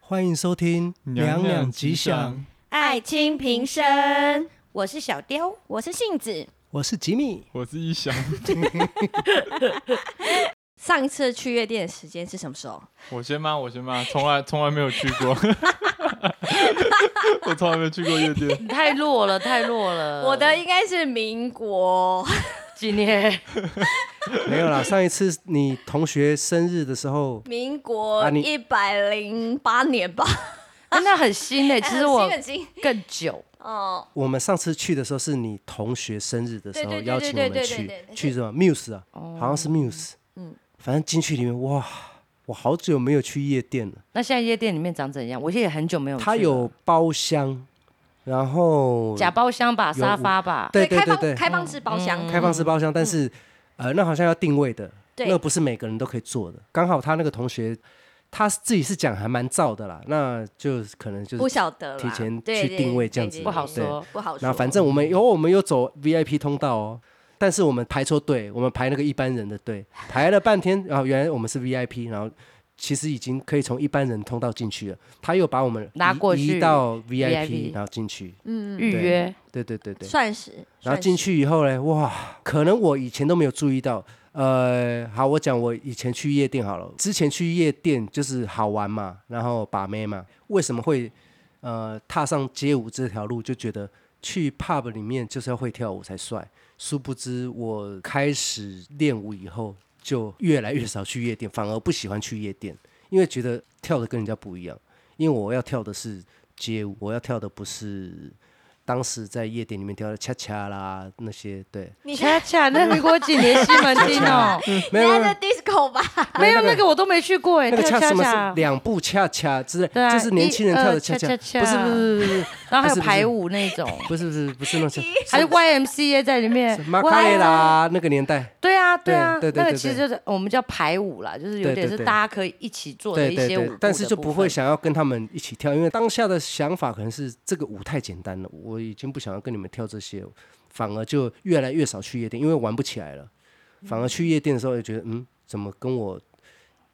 欢迎收听《娘娘吉祥》，爱卿平生。我是小雕，我是杏子。我是吉米。我是一翔，上一次去夜店的时间是什么时候？我先吗？我先吗？从来从来没有去过，我从来没有去过夜店。你太弱了，太弱呃了。我的应该是民国，今天 没有啦，上一次你同学生日的时候， 民国啊你一百零八年 吧。真的哎 很新欸诶，其实我哎很新很新更久。哦，我们上次去的时候是你同学生日的时候对对对邀请我对们对对去对哦对去什么 Muse 啊，好像是 Muse，嗯，反正进去里面哇，我好久没有去夜店了。那现在夜店里面长怎样？我也很久没有嗯去了。它有包厢，然后假包厢吧，有沙发吧。对对开对放对，开放式包厢，开放式包厢，但是呃，那好像要定位的，嗯对那不是每个人都可以坐的。刚好他那个同学，他自己是讲还蛮燥的啦，那就可能就不是。晓得啦提前对去对定位这样对对子不好说对不好那说。反正我们有我们有走 VIP 通道哦，但是我们排错队，我们排那个一般人的队，排了半天， 然后原来我们是 VIP，然后。其实已经可以从一般人通道进去了，他又把我们拉移过去移到 VIP VIP，然后进去。预约对对对对。嗯算是，然算后是进去以后呢，哇，可能我以前都没有注意到。呃，好，我讲我以前去夜店好了。之前去夜店就是好玩嘛，然后把妹嘛。为什么会呃踏上街舞这条路，就觉得去 pub 里面就是要会跳舞才帅？殊不知我开始练舞以后，就越来越少去夜店，反而不喜欢去夜店，因为觉得跳的跟人家不一样。因为我要跳的是街舞，我要跳的不是当时在夜店里面跳的恰恰啦那些，对，你现恰恰，那民国几年西门 町哦，没有没在有的 disco 吧？没有那个我都没去过哎，嗯那个恰跳恰什么恰是，两步恰恰之类，对啊就是年轻人跳的恰一二恰恰不是不是不是然后还不是有排舞那种，不是不是不是那种还有 YMCA 在里面。马卡雷啦那个年代，对啊，对啊，对对对那对个其实就是我们叫排舞啦，就是有对点对是对大家可以一起做的对一对些舞对步，但是的就部不分会想要跟他们一起跳，因为当下的想法可能是这个舞太简单了，我已经不想要跟你们跳这些，反而就越来越少去夜店，因为玩不起来了。反而去夜店的时候，也觉得嗯，怎么跟我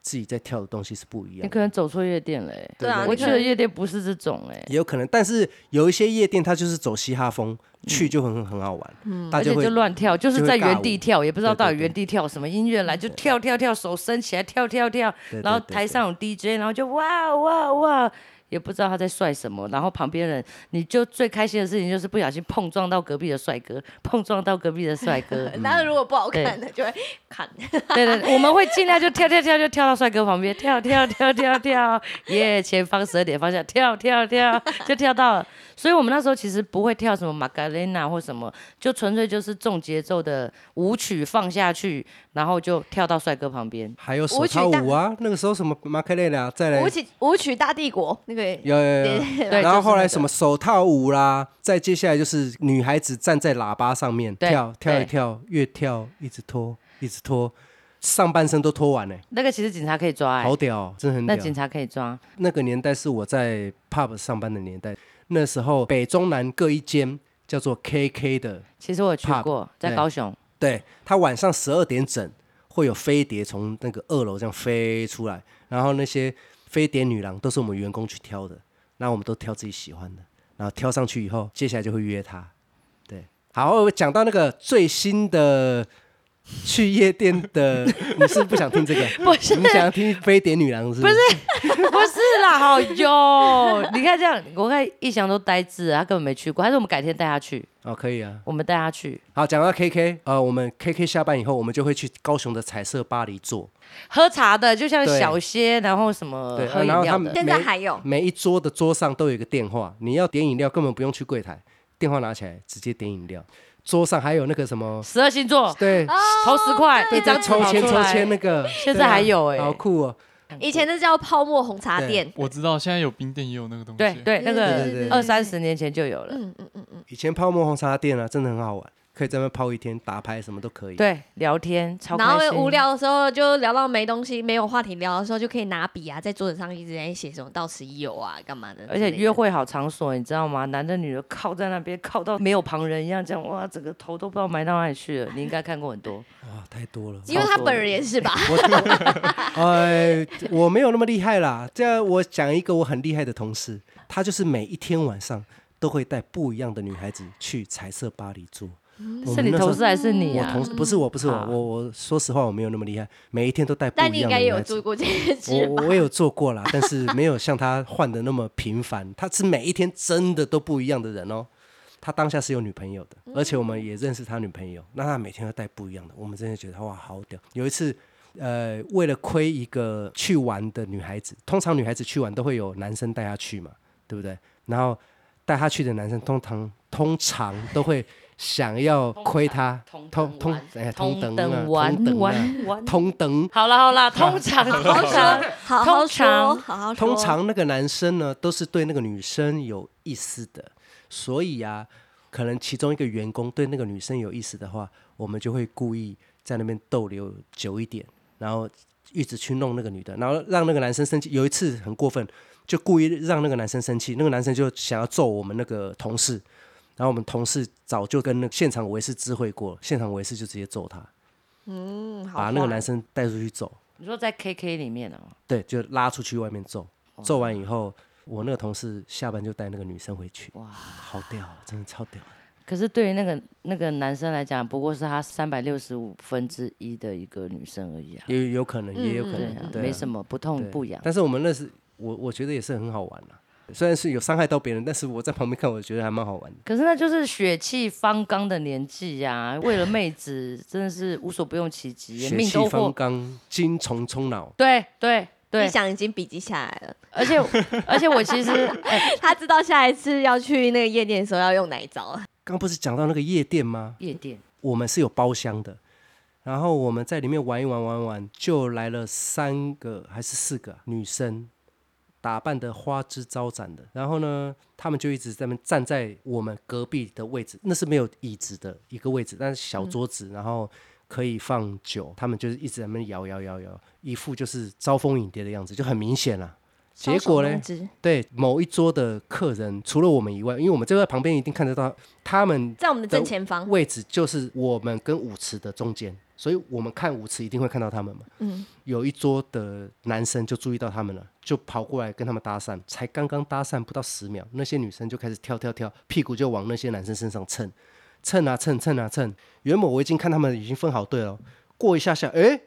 自己在跳的东西是不一你样的？可能走错夜店了、欸。对啊，我你去可的能夜店不是这种哎、也有可能，但是有一些夜店它就是走嘻哈风，去就很很好玩，大嗯而家且会就乱跳，就就会是在尬原地舞跳，也不知道对对到底对原地跳什么音乐来，就跳跳跳，手伸起来跳跳跳对，然后对对台上有 DJ，然后就哇哇哇，也不知道他在帅什么，然后旁边人，你就最开心的事情就是不小心碰撞到隔壁的帅哥，碰撞到隔壁的帅 哥，那如果不好看的就会看。 对对，对我们会尽量就跳跳跳，就跳到帅哥旁边，跳跳跳跳跳，耶、前方十二点方向跳跳跳，就跳到了。所以我们那时候其实不会跳什么玛格丽娜或什么，就纯粹就是重节奏的舞曲放下去，然后就跳到帅哥旁边。还有手套舞啊，那个时候什么马克雷啦，再来舞曲舞曲大帝国那个有有有有，对然后就是后来那什个么手套舞啦，再接下来就是女孩子站在喇叭上面对跳跳一对跳，越跳一直脱一直脱，上半身都脱完嘞、那个其实警察可以抓、欸好，屌、哦，真的很那屌。警察可以抓，那个年代是我在 pub 上班的年代，那时候北中南各一间叫做 KK 的，其实我有去 Pub，过，在对高雄。对，它晚上十二点整会有飞碟从那个二楼这样飞出来，然后那些飞碟女郎都是我们员工去挑的，那我们都挑自己喜欢的，然后挑上去以后，接下来就会约她。对，好，我讲到那个最新的去夜店的，你是不是不想听这个？不是你想要听飞碟女郎是不是？不是啦，好哟！你看这样，我看一翔都呆滞啊了，他根本没去过。还是我们改天带他去，哦，可以啊。我们带他去。好，讲到 KK，呃，我们 KK 下班以后，我们就会去高雄的彩色巴黎坐。喝茶的，就像对小些，然后什么对喝饮然后料他们的，现在没还有每一桌的桌上都有一个电话，你要点饮料根本不用去柜台，电话拿起来直接点饮料。桌上还有那个什么，十二星哦座对，投十块，一对对哦啊张纸抽跑签出抽来签那个，现在对啊还有欸好酷哦！以前那叫泡沫红茶店，嗯我知道现在有冰店也有那个啊东西。对对，那对对对对个二三十年前就有了。以前泡沫红茶店啊，真的很好玩。可以在那边泡一天，打牌什么都可以。对，聊天超然后开心无。聊的时候就聊到没东西、没有话题聊的时候，就可以拿笔啊，在桌子上一直在写什么到此一游啊，干嘛的之类而的。且约会好场所，你知道吗？男的女的靠在那边，靠到没有旁人一样，这样哇，整个头都不知道埋到哪 里去了。你应该看过很多，哇，啊太多 了。因为他本人也是吧？ 呃，我没有那么厉害啦。这样我讲一个我很厉害的同事，他就是每一天晚上都会带不一样的女孩子去彩色巴黎做。我是们你那时候同事还是你我啊？同事不是我，不是我，好我我说实话我没有那么厉害，每一天都带不但一你应样的该也女有孩做子。过这件事哦吧我？我有做过啦，但是没有像他换的那么频繁。他是每一天真的都不一样的人哦。他当下是有女朋友的，而且我们也认识他女朋友。那他每天都带不一样的，我们真的觉得哇，好屌！有一次，呃，为了亏一个去玩的女孩子，通常女孩子去玩都会有男生带她去嘛，对不对？然后带她去的男生通常通常都会想要亏她，通通通哎同通等啊，等通玩等啊，玩 玩。通等。好 了好 了，通常通常好好说，通常好好说。通常那个男生呢，都是对那个女生有意思的，所以啊，可能其中一个员工对那个女生有意思的话，我们就会故意在那边逗留久一点，然后一直去弄那个女的，然后让那个男生生气。有一次很过分，就故意让那个男生生气，那个男生就想要揍我们那个同事，然后我们同事早就跟那个现场维士知会过，现场维士就直接揍他，嗯，好把那个话男生带出去揍。你说在 KK 里面哦，对，就拉出去外面揍，揍完以后，我那个同事下班就带那个女生回去，哇，好屌，啊真的超屌。可是对于那个那个男生来讲，不过是他三百六十五分之一的一个女生而已啊，也有可能，也有可对能，啊，对没什么么不痛不痒。但是我们那是我，我觉得也是很好玩啦、虽然是有伤害到别人，但是我在旁边看，我觉得还蛮好玩的。可是那就是血气方刚的年纪呀、为了妹子真的是无所不用其极，也血命都气方豁。刚，精虫充脑，对对理对，想已经笔记下来了， 而且而且我其实哎、他知道下一次要去那个夜店的时候要用哪一招了。刚不是讲到那个夜店吗？夜店我们是有包厢的，然后我们在里面玩一玩玩一玩，就来了三个还是四个啊女生，打扮的花枝招展的。然后呢，她们就一直在那边站在我们隔壁的位置，那是没有椅子的一个位置，但是小桌子，然后可以放酒。她们就是一直在那边摇摇摇摇，一副就是招蜂引蝶的样子，就很明显啦。结果双手呢动？之对某一桌的客人，除了我们以外，因为我们就在旁边，一定看得到他们在我们的正前方，位置就是我们跟舞池的中间，所以我们看舞池一定会看到他们嘛。嗯，有一桌的男生就注意到他们了，就跑过来跟他们搭讪，才刚刚搭讪不到十秒，那些女生就开始跳跳跳，屁股就往那些男生身上蹭，蹭啊蹭，蹭啊蹭。原本我已经看他们已经分好队了，过一下下，诶，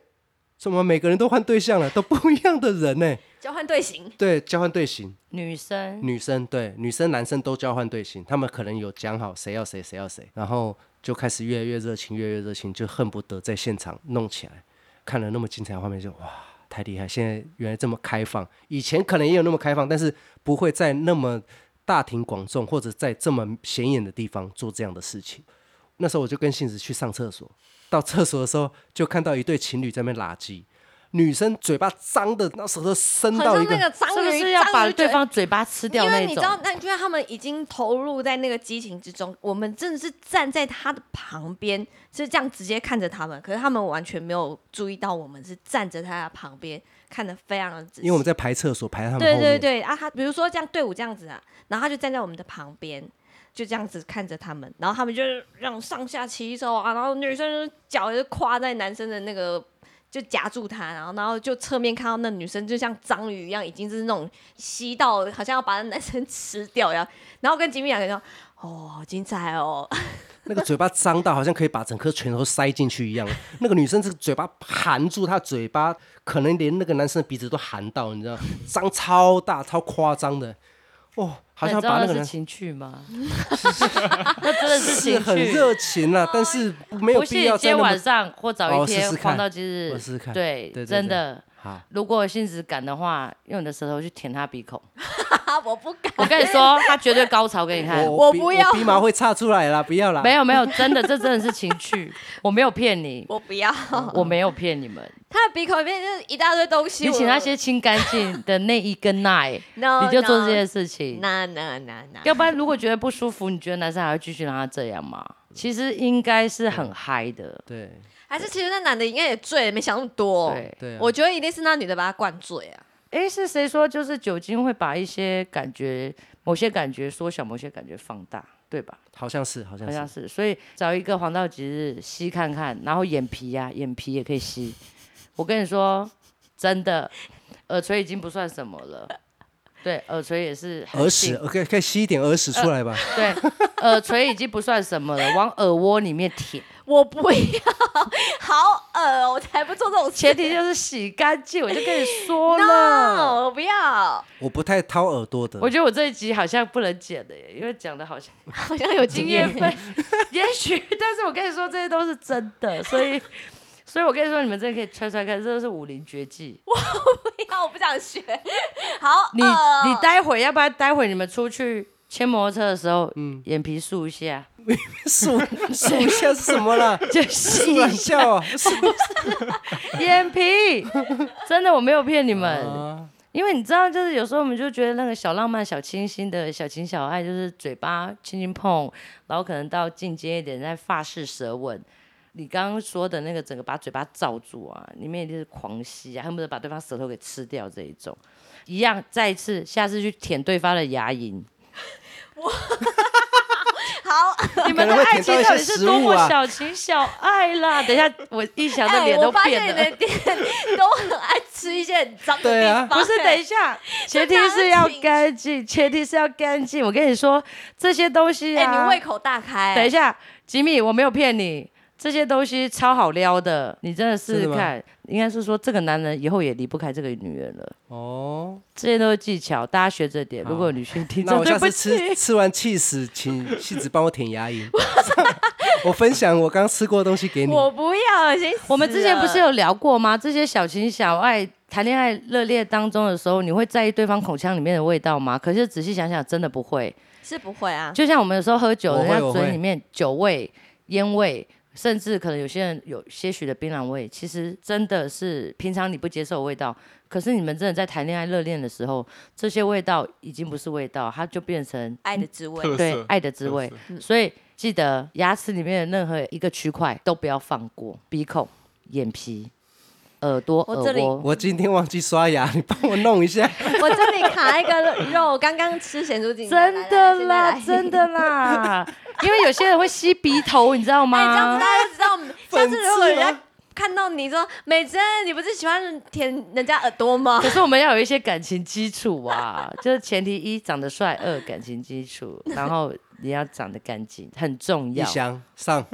怎么每个人都换对象了，都不一样的人呢、交换队形。对，交换队形，女生女生对女生男生都交换队形，他们可能有讲好谁要谁谁要谁，然后就开始越来越热情，越来越热情，就恨不得在现场弄起来。看了那么精彩的画面就，哇，太厉害！现在原来这么开放，以前可能也有那么开放，但是不会在那么大庭广众或者在这么显眼的地方做这样的事情。那时候我就跟杏子去上厕所，到厕所的时候就看到一对情侣在那边拉鸡，女生嘴巴张的，那舌头伸很到像一个那个章是不鱼，是要章把鱼对卷方嘴巴吃掉因那为种？你知道，那因为他们已经投入在那个激情之中，我们正是站在他的旁边，是这样直接看着他们，可是他们完全没有注意到我们是站着他的旁边，看得非常的仔细。因为我们在排厕所排他们对后对面，对啊，他比如说这样队伍这样子啊，然后他就站在我们的旁边，就这样子看着他们，然后他们就是那种上下其手啊，然后女生就脚就跨在男生的那个。就夹住他，然后然后就侧面看到那女生就像章鱼一样，已经是那种吸到好像要把那男生 吃掉一样。然后跟吉米两个人说：“哦，好精彩哦 那个嘴巴张到好像可以把整颗拳头塞进去一样。 那个女生这个嘴巴含住她嘴巴，可能连那个男生的鼻子都含到，你知道，张超大超夸张的，哦，好那像你知道把那那个是男情趣 吗？那真的是情是趣，很热情啊，但是没有必不信要今在天那晚么上或早哦一天试试看放到今日，我试试看对，对对真对的。好。如果有性质感的话，用你的舌头去舔他鼻孔。！”哈哈，我不敢，我跟你说，他绝对高潮给你看。我我鼻不要我鼻毛会岔出来啦，不要啦。没有没有，真的，这真的是情趣，我没有骗 你，我不要。我没有骗你们。他的鼻孔里面就是一大堆东西。你请他我先清干净的那一 根奶， ，no, 你就做 no，这件事情。那那那那，要不然，如果觉得不舒服，你觉得男生还会继续让他这样吗？其实应该是很嗨的。对还是其实那男的应该也醉了，没想那么多。对，对啊，我觉得一定是那女的把他灌醉啊。哎，是谁说就是酒精会把一些感觉、某些感觉缩小，某些感觉放大，对吧？好像是，好像好像是，是，所以找一个黄道吉日吸看看，然后眼皮呀、眼皮也可以吸。我跟你说，真的，耳垂已经不算什么了，对，耳垂也是很耳近屎，可以可以吸一点耳屎出来吧？对，耳垂已经不算什么了，往耳窝里面舔，我不要，好恶哦，我才不做这种前提就是洗干净。我就跟你说 no，了，我不要，我不太掏耳朵的，呃我觉得我这一集好像不能剪的耶，因为讲的好像好像有经经验验分，也许，但是我跟你说，这些都是真的，所以，所以我跟你说，你们真的可以揣揣看，这都是武林绝技。不要，我不想学，好你恶你待会，要不然待会你们出去牵摩托车的时候，眼皮竖一下，数数一下是什么 啦？就吸开一玩下笑 啊，不是眼皮，真的我没有骗你们，啊，因为你知道，就是有时候我们就觉得那个小浪漫、小清新的小情小爱，就是嘴巴轻轻碰，然后可能到进阶一点，在发式舌吻。你刚刚说的那个整个把嘴巴罩住啊，里面一定是狂吸啊，恨不得把对方舌头给吃掉这一种，一样再一次，下次去舔对方的牙龈，好，你们的爱情到底是 多么小情小爱啦！等一下，我一想到哎、脸我都发变现你了。的店都很爱吃一些很脏的对地啊方、 不是，哎等 一下，前提是要干净，前提是要干净。我跟你说，这些东西哎、啊，你胃口大开、等一下，吉米，我没有骗你，这些东西超好撩的，你真的试试真的吗看。应该是说，这个男人以后也离不开这个女人了。哦，这些都是技巧，大家学着点。好如果女性听那众，我对下不次起吃，吃完 cheese，请戏子帮我舔牙龈， 我分享我刚吃过的东西给你。我不要，先啊死了我们之前不是有聊过吗？这些小情小爱、谈恋爱热烈当中的时候，你会在意对方口腔里面的味道吗？可是仔细想想，真的不会。是不会啊，就像我们有时候喝酒，我人会家我嘴会里面酒味、烟味，甚至可能有些人有些许的槟榔味，其实真的是平常你不接受的味道。可是你们真的在谈恋爱热恋的时候，这些味道已经不是味道，它就变成爱的滋味，特对色爱的滋味。所以记得牙齿里面的任何一个区块都不要放过，鼻孔、眼皮、耳朵、我这耳里蜗。我今天忘记刷牙，你帮我弄一下。我这里卡一个肉，刚刚吃咸猪鸡，真的啦，真的。的啦， 因为有些人会吸鼻头，你知 道哎，这样子吗？大家就知道，下粉次刺如果人家吗看到你说美珍，你不是喜欢舔人家耳朵吗 可？是我们要有一些感情基础啊， 就是前提一长得帅，二感情基础，然后你要长得干净，很重一 要。箱 上，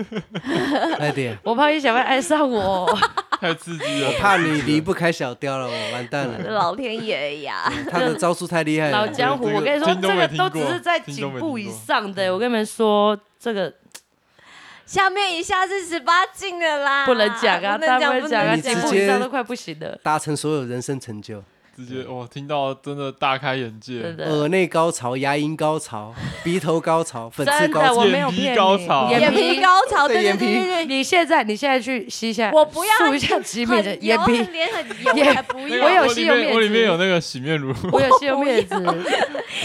快点，我怕一小会爱上我， 太刺激了，怕你离不开小雕了，我完 蛋了。老天爷呀！他的招数太厉害老了，江湖，哎这个我跟你说，听都这个没都听只过是在听都颈没部听以过嗯上的。我跟你们说，这个下面一下是十八禁的啦，不能讲啊，不大能家讲，不能讲啊，你颈直部以接上都快不行了，达成所有人生成就：直接哇，听到真的大开眼真界，的。耳内高潮、牙龈高 潮、鼻头高潮、粉刺真高的，我潮。没有眼皮骗高你潮眼皮。高潮，对对对眼对皮对对，你现在，你现在去吸一下，我不要竖一下吉米的很眼油皮很，脸很油，眼还不那要。个我有里吸油面面，我里面纸有那个洗面乳，我有吸有面子，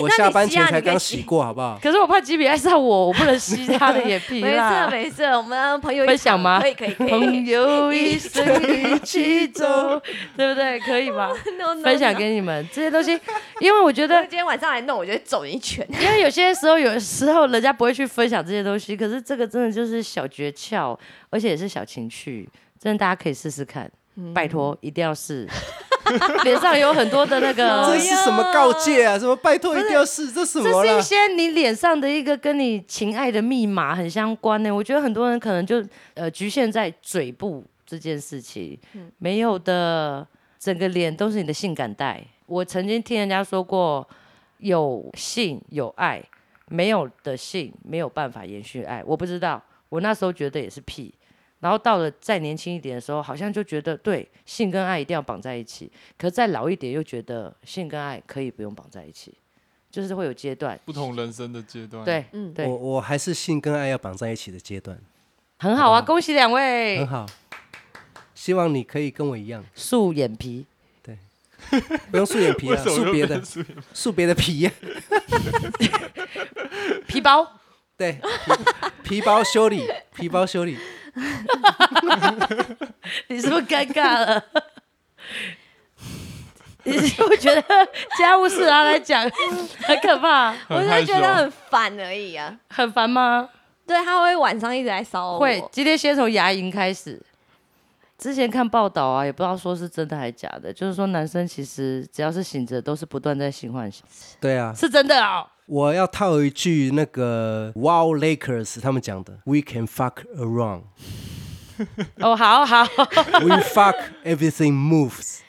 我那下你班吸前啊才你可以刚吸洗过，好不好？可是我怕吉米爱上我，我不能吸他的眼皮没事啦。没事， 我啊们朋友一分享场吗可以可以可 朋以。友一生一起走，对不对？可以吧？ No, no, 分享 no 给你们这些东西，因为我觉如果 得，今天晚上来弄，我就会揍你一 拳。因为有些时候，有时候人家不会去分享这些东西，可是这个真的就是小诀窍，而且也是小情趣，真的大家可以试试看，拜托，一定要试。脸上有很多的 那个，这是什么告诫啊？什么拜托一定要试，这什么这是啦一？些你脸上的一个跟你情爱的密码很相关呢、我觉得很多人可能就呃局限在嘴部这件事情，没有的，整个脸都是你的性感带。我曾经听人家说过，有性有爱，没有的性没有办法延续爱。我不知道，我那时候觉得也是屁。然后到了再年轻一点的时候，好像就觉得对性跟爱一定要绑在一起，可再老一点又觉得性跟爱可以不用绑在一起，就是会有阶段。不同人生的阶段，对，嗯对我，我还是性跟爱要绑在一起的阶段，很好啊，恭喜两位很好。希望你可以跟我一 样，素眼皮。不用素眼皮为了，什么素又别变的，啊素颜素别的皮呀。皮包，对，皮皮包修 理，皮包修理， 你是不是尴尬了？ 你是不是觉得家务事拿啊来讲很可怕，啊我害就羞觉得很烦而已啊。很烦吗？对，他会晚上一直来骚扰会哦我，，今天先从牙龈开始。之前看报道啊，也不知道说是真的还假的，就是说男生其实只要是醒着，都是不断在性幻想，对啊，是真的哦。我要套一句那个 Wow Lakers 他们讲的，We can fuck around, 哦，好好， we fuck everything moves。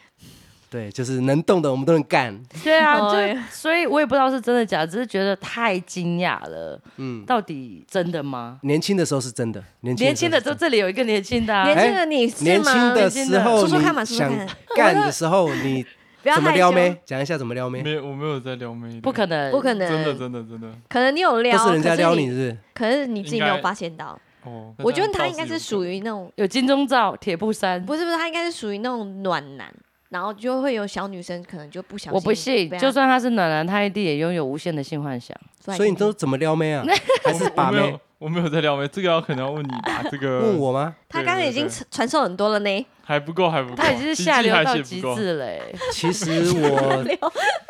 对，就是能动的我们都能干。对啊，哎就所以，我也不知道是真的假的，只是觉得太惊讶了。嗯，到底真的吗？年轻的时候是真的，年轻年轻的时都候这里有一个年轻的、啊，年轻的你是真的是哎年轻吗？的轻时的候说说看嘛你说说想看干的时候，你 不要怎么害撩羞，妹？讲一下怎么撩妹？没有，我没有在撩妹的，不可能，不可能，真的真的真的可能你有撩，都是人可家是撩你，是不是？可是你自己没应有该发现到。哦。我觉得他应该是于属于那种，有金钟罩、铁布衫，不是不是，他应该是属于那种暖男，然后就会有小女生可能就不想。我不信被，他就算他是暖男，他一定也拥有无限的性幻想。说来所以听你都怎么撩妹啊？还是把我没妹有？，呃我没有在撩妹，这个要可能要问你吧，这个 问我吗？他刚刚已经对对传传授很多了 呢。还不够，还不够，他已经是经济下流还到是极不够。致了、欸，其实 我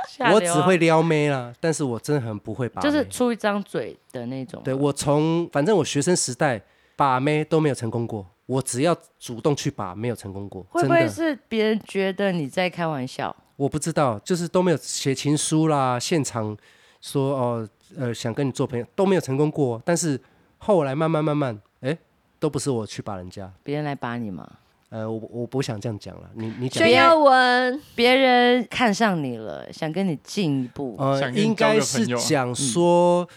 下流啊我只会撩妹啦，但是我真的很不会把妹。就是出一张嘴的那种。对我从反正我学生时代把妹都没有成功过，我只要主动去把没有成功过，会不真会的是别人觉得你在开玩笑？我不知道，就是都没有写情书啦，现场说哦呃想跟你做朋友都没有成功过，但是后来慢慢慢慢，哎，都不是我去把人家，别人来把你吗？呃我我不想这样讲了，你你讲炫。耀文，别人看上你了，想跟你进一步，呃，想跟你应交个该是朋友啊嗯讲说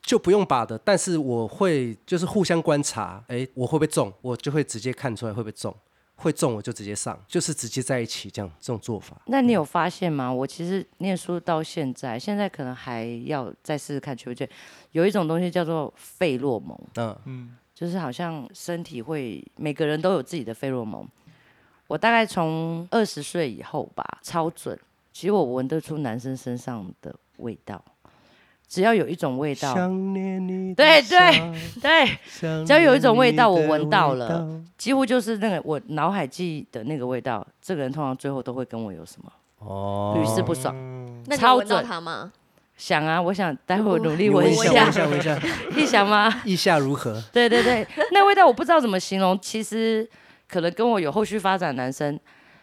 就不用把的，但是我会就是互相观察，哎，我会不会中，我就会直接看出来会不会中，会中我就直接上，就是直接在一起这样这种做法。那你有发现吗？我其实念书到现在，现在可能还要再试试看，去不去？有一种东西叫做费洛蒙，嗯，嗯，就是好像身体会，每个人都有自己的费洛蒙。我大概从二十岁以后吧，超准。其实我闻得出男生身上的味道，只要有一种味道，想念你的对笑，对，想只要有一种味道念你的我闻到味了道几乎就是那个我脑海记忆的那个味道。这个人通常最后都会跟我有什么哦，屡试不爽。那你超有闻到准他吗？想啊，我想待会我努力哦你闻闻一一下下，闻一，下，闻一下， 你想吗？意下如何？对对对，那味道我不知道怎么形容。其实可能跟我有后续发展的男生，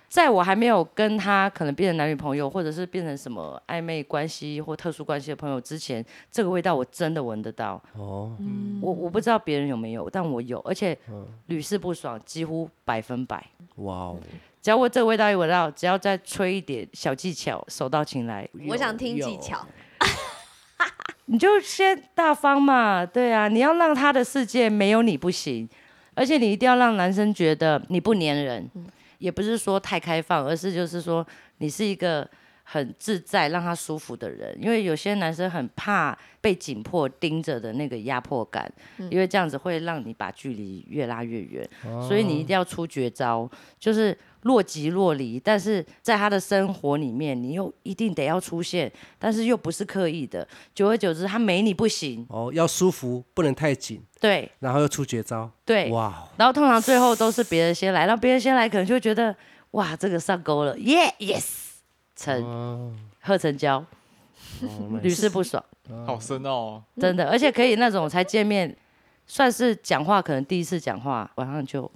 在我还没有跟他可能变成男女朋友，或者是变成什么暧昧关系或特殊关系的朋友之前，这个味道我真的闻得到。哦，嗯我我不知道别人有没有，但我有，而且屡试不爽，几乎百分百。哇哦，只要我这个味道一闻到，只要再吹一点小技巧，手到擒来。嗯我想听有技，巧。你就先大方嘛，对啊，你要让他的世界没有你不行，而且你一定要让男生觉得你不粘人，也不是说太开放，而是就是说你是一个很自在让他舒服的人，因为有些男生很怕被紧迫盯着的那个压迫感，因为这样子会让你把距离越拉越远，所以你一定要出绝招，就是。若即若离，但是在他的生活里面，你又一定得要出现，但是又不是刻意的，久而久之，他没你不行。哦，要舒服，不能太紧，对然后又出绝招，对，哇哦，然后通常最后都是别人先来，然后别人先来，可能就会觉得哇，这个上钩了，耶、yes，成贺成交，哦屡试不爽，好深奥哦。真的，而且可以那种才见面，算是讲话，可能第一次讲话，晚上就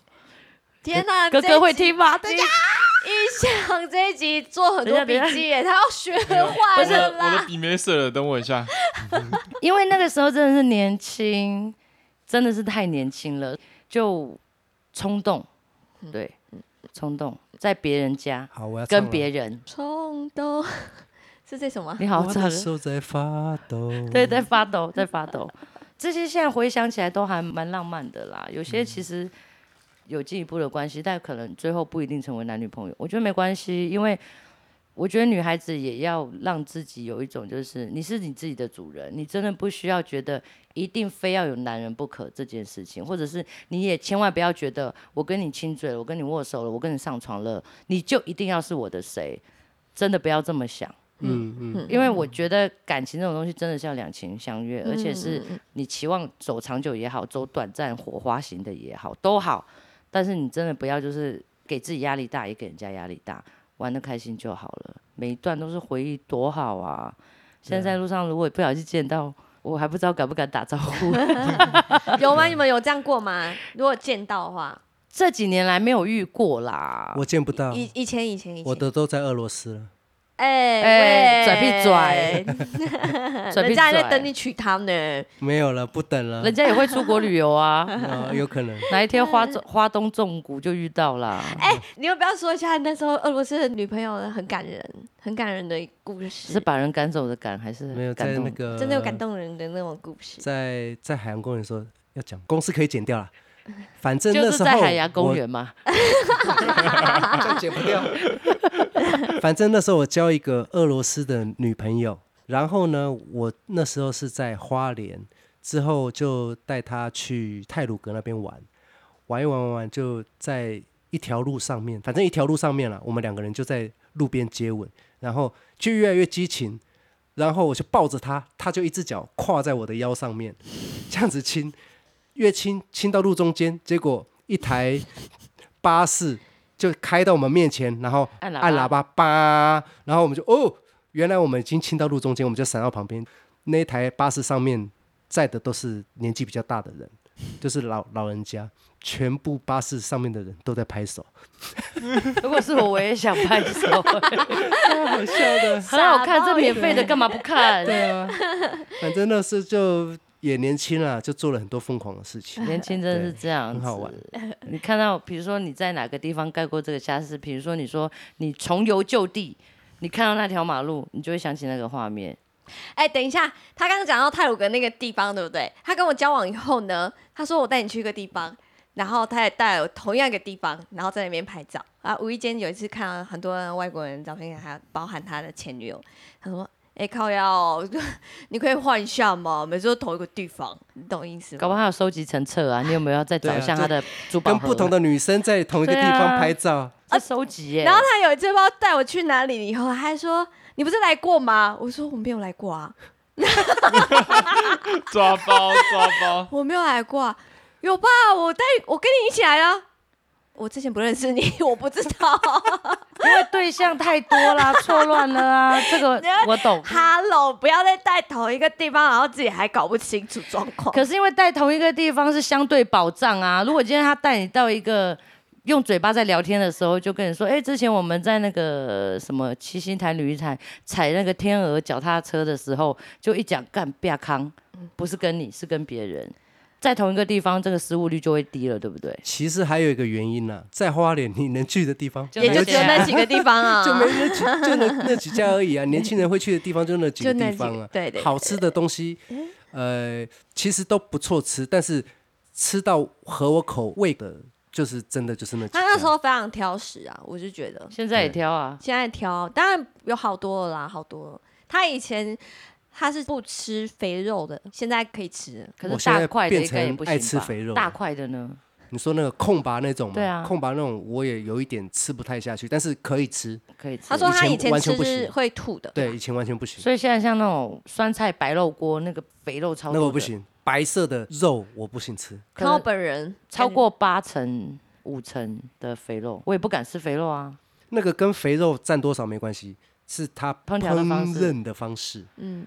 天哪，哥这一哥会集听吗？大家一想这一集做很多等一笔下记耶，他要学坏我的了我的啦。笔没水了，等我一下。因为那个时候真的是年轻，真的是太年轻了，就冲动，对，冲动在别人家好，我要唱跟了别人。冲动 是这首吗？你好我扯的，手在发抖。对，在发抖，在发抖。这些现在回想起来都还蛮浪漫的啦。有些其实有进一步的关系，但可能最后不一定成为男女朋友。我觉得没关系，因为我觉得女孩子也要让自己有一种，就是你是你自己的主人，你真的不需要觉得一定非要有男人不可这件事情，或者是你也千万不要觉得我跟你亲嘴了，我跟你握手了，我跟你上床了，你就一定要是我的谁，真的不要这么想。嗯嗯，因为我觉得感情这种东西真的是要两情相悦，而且嗯是你期望走长久也好，走短暂火花型的也好，都好，但是你真的不要就是给自己压力大，也给人家压力大，玩的开心就好了。每一段都是回忆，多好啊！现在在路上如果不小心见到，我还不知道敢不敢打招呼。 嗯有吗？你们有这样过吗？如果见到的话，这几年来没有遇过啦，我见不嗯到，以以前以前以前，我的都在俄罗斯了。哎哎喂拽嘴嗯人皮家还在拽等你娶她呢。没有了，不等了人，家也会出国旅游啊。 呃有可能。哪一天花中花东纵谷就遇到啦。嗯哎，你要不要说一下那时候俄罗斯的女朋友很感人，很感人的故是事，把人赶走的赶还是没有感在动那个真的有感动人的那种故事。在在海洋公园说要讲，公司可以剪掉了。反正就那是时在候海洋公我园嘛，这样剪不掉。 反正那时候我交一个俄罗斯的女朋友，然后呢，我那时候是在花莲，之后就带她去泰鲁阁那边玩，玩一玩玩一玩，就在一条路上面，反正一条路上面了，我们两个人就在路边接吻，然后就越来越激情。然后我就抱着她，她就一只脚跨在我的腰上面，这样子亲，越亲亲到路中间，结果一台巴士就开到我们面前，然后按喇叭 按喇叭叭，然后我们就哦，原来我们已经亲到路中间，我们就闪到旁边。那一台巴士上面载的都是年纪比较大的人，就是老老人家，全部巴士上面的人都在拍手，如果是我，我也想拍手， 太好笑 的。很好看，傻这爆免费的干嘛不看？对啊，反正那时就也年轻啦，就做了很多疯狂的事情。年轻真的是这样，很好玩。你看到，比如说你在哪个地方盖过这个家事，比如说你说你重游旧地，你看到那条马路，你就会想起那个画面。哎，等一下，他刚刚讲到泰鲁格那个地方，对不对？他跟我交往以后呢，他说我带你去一个地方，然后他也带我同样一个地方，然后在那边拍照啊。无意间有一次看到很多外国人的照片，还包含他的前女友，他说：“哎、靠腰， 你可以换一下吗？每次都同一个地方，你懂意思吗？”搞不好他有收集成册啊，你有没有要再找一下对他啊的珠宝跟盒？不同的女生在同一个地对啊方拍照， 这收集耶然。后他有一次不知道带我去哪里以后，他还说：“你不是来过吗？”我说：“我没有来过啊，，抓包抓包我没有来过、啊。”有吧？我带我跟你一起来啊。我之前不认识你， 我不知道。因为对象太多啦，错乱了啊，这 个我懂。 Hello，不 要再带同一个地方，然后自己还搞不清楚状况。可是因为带同一个地方是相对保障啊。如果今天他带你到一个用嘴巴在聊天的时候，就跟你说，哎、之前我们在那个呃什么七星潭、旅一潭踩那个天鹅脚踏车的时候，就一讲干吧康，嗯不是跟你是跟别人，在同一个地方，这个失误率就会低了，对不对？其实还有一个原因呢、在花莲你能去的地方就也就那只些有啊那几个地方 啊，就没人去，就那那几家而已啊。年轻人会去的地方就那几个就那地几方啊。对对对好吃的东西，呃，其实都不错吃，但是吃到合我口味的，就是真的就是那几家。他那时候非常挑食啊，我就觉得现在也挑啊，现在挑，当然有好多了啦，好多了。他以前他是不吃肥肉的，现在可以吃了。可我是现在大块的变应该也成不行吧？爱吃肥肉了大块的呢？你说那个空拔那种吗？对啊空拔那种我也有一点吃不太下去，但是可以吃。可以吃。他说他以前前完吃全不是行会吐的，对，以前完全不行，所以现在像那种酸菜白肉锅，那个肥肉超多那的我不，行，白色的肉我不行吃。看可能我本人超过八成、五成的肥肉，我也不敢吃肥肉啊。那个跟肥肉占多少没关系，是它烹调的方式饪的方式。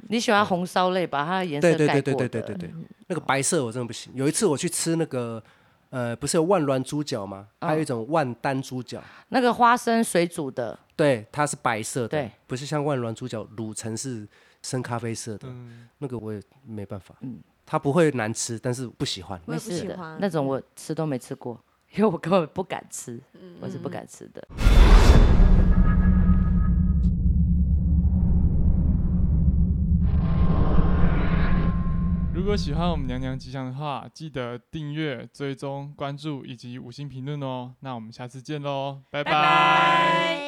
你喜欢红烧类吧？它的颜色对盖对过的。嗯对对对对对对，那个白色我真的不行。有一次我去吃那个，呃，不是有万峦猪脚吗？嗯还有一种万丹猪脚，那个花生水煮的，对，它是白色的对，不是像万峦猪脚卤成是深咖啡色的，那个我也没办法。嗯它不会难吃，但是不喜欢。我没也不事喜的欢，那种我吃都没吃过，因为我根本不敢吃，嗯我是不敢吃的。如果喜欢我们娘娘吉祥的话，记得订阅、追踪、关注以及五星评论哦。那我们下次见喽，拜拜拜。